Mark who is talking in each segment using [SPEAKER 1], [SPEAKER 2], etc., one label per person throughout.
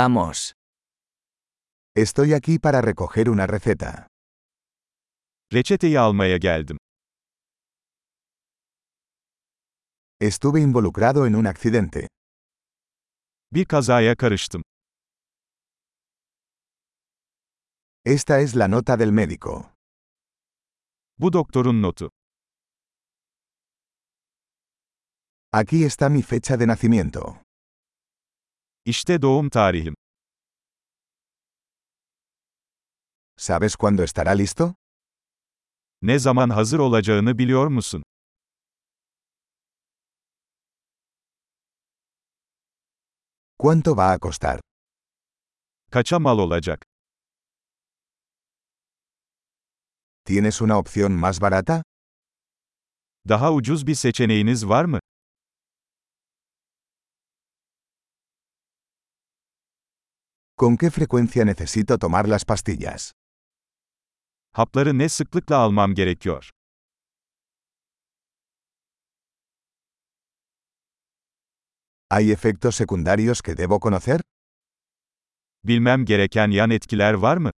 [SPEAKER 1] Vamos.
[SPEAKER 2] Estoy aquí para recoger una receta.
[SPEAKER 3] Reçeteyi almaya geldim.
[SPEAKER 2] Estuve involucrado en un accidente.
[SPEAKER 3] Bir kazaya karıştım.
[SPEAKER 2] Esta es la nota del médico.
[SPEAKER 3] Bu doktorun notu.
[SPEAKER 2] Aquí está mi fecha de nacimiento.
[SPEAKER 3] İşte doğum tarihim.
[SPEAKER 2] ¿Sabes cuándo estará listo?
[SPEAKER 3] Ne zaman hazır olacağını biliyor musun?
[SPEAKER 2] ¿Cuánto va a costar?
[SPEAKER 3] Kaça mal olacak?
[SPEAKER 2] ¿Tienes una opción más barata?
[SPEAKER 3] Daha ucuz bir seçeneğiniz var mı?
[SPEAKER 2] ¿Con qué frecuencia necesito tomar las pastillas?
[SPEAKER 3] Hapları ne sıklıkla almam gerekiyor?
[SPEAKER 2] ¿Hay efectos secundarios que debo conocer?
[SPEAKER 3] Bilmem gereken yan etkiler var mı?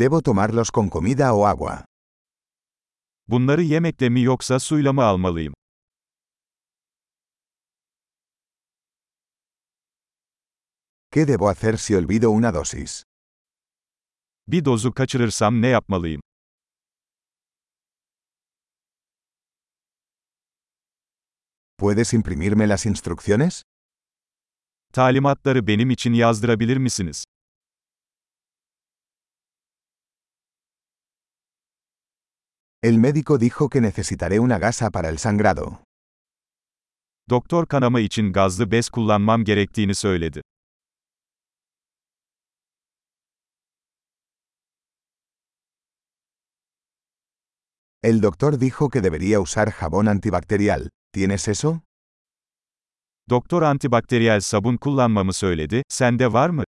[SPEAKER 2] ¿Debo tomarlos con comida o agua?
[SPEAKER 3] Bunları yemekle mi yoksa suyla mı almalıyım?
[SPEAKER 2] ¿Qué debo hacer si olvido una dosis?
[SPEAKER 3] Bir dozu kaçırırsam ne yapmalıyım?
[SPEAKER 2] ¿Puedes imprimirme las instrucciones?
[SPEAKER 3] Talimatları benim için yazdırabilir misiniz?
[SPEAKER 2] El médico dijo que necesitaré una gasa para el sangrado.
[SPEAKER 3] Doktor kanama için gazlı bez kullanmam gerektiğini söyledi.
[SPEAKER 2] El doctor dijo que debería usar jabón antibacterial. ¿Tienes eso?
[SPEAKER 3] Doktor antibakteriyel sabun kullanmamı söyledi, sende var mı?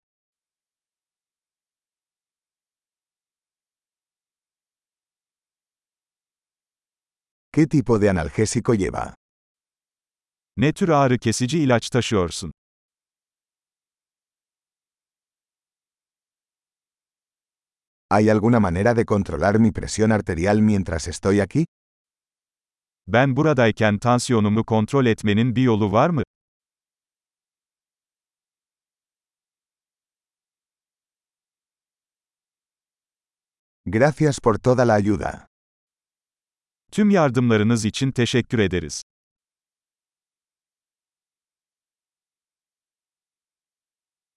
[SPEAKER 2] ¿Qué tipo de analgésico lleva?
[SPEAKER 3] Ne tür ağrı kesici ilaç taşıyorsun?
[SPEAKER 2] ¿Hay alguna manera de controlar mi presión arterial mientras estoy aquí?
[SPEAKER 3] Ben buradayken tansiyonumu kontrol etmenin bir yolu var mı?
[SPEAKER 2] Gracias por toda la ayuda.
[SPEAKER 3] Tüm yardımlarınız için teşekkür ederiz.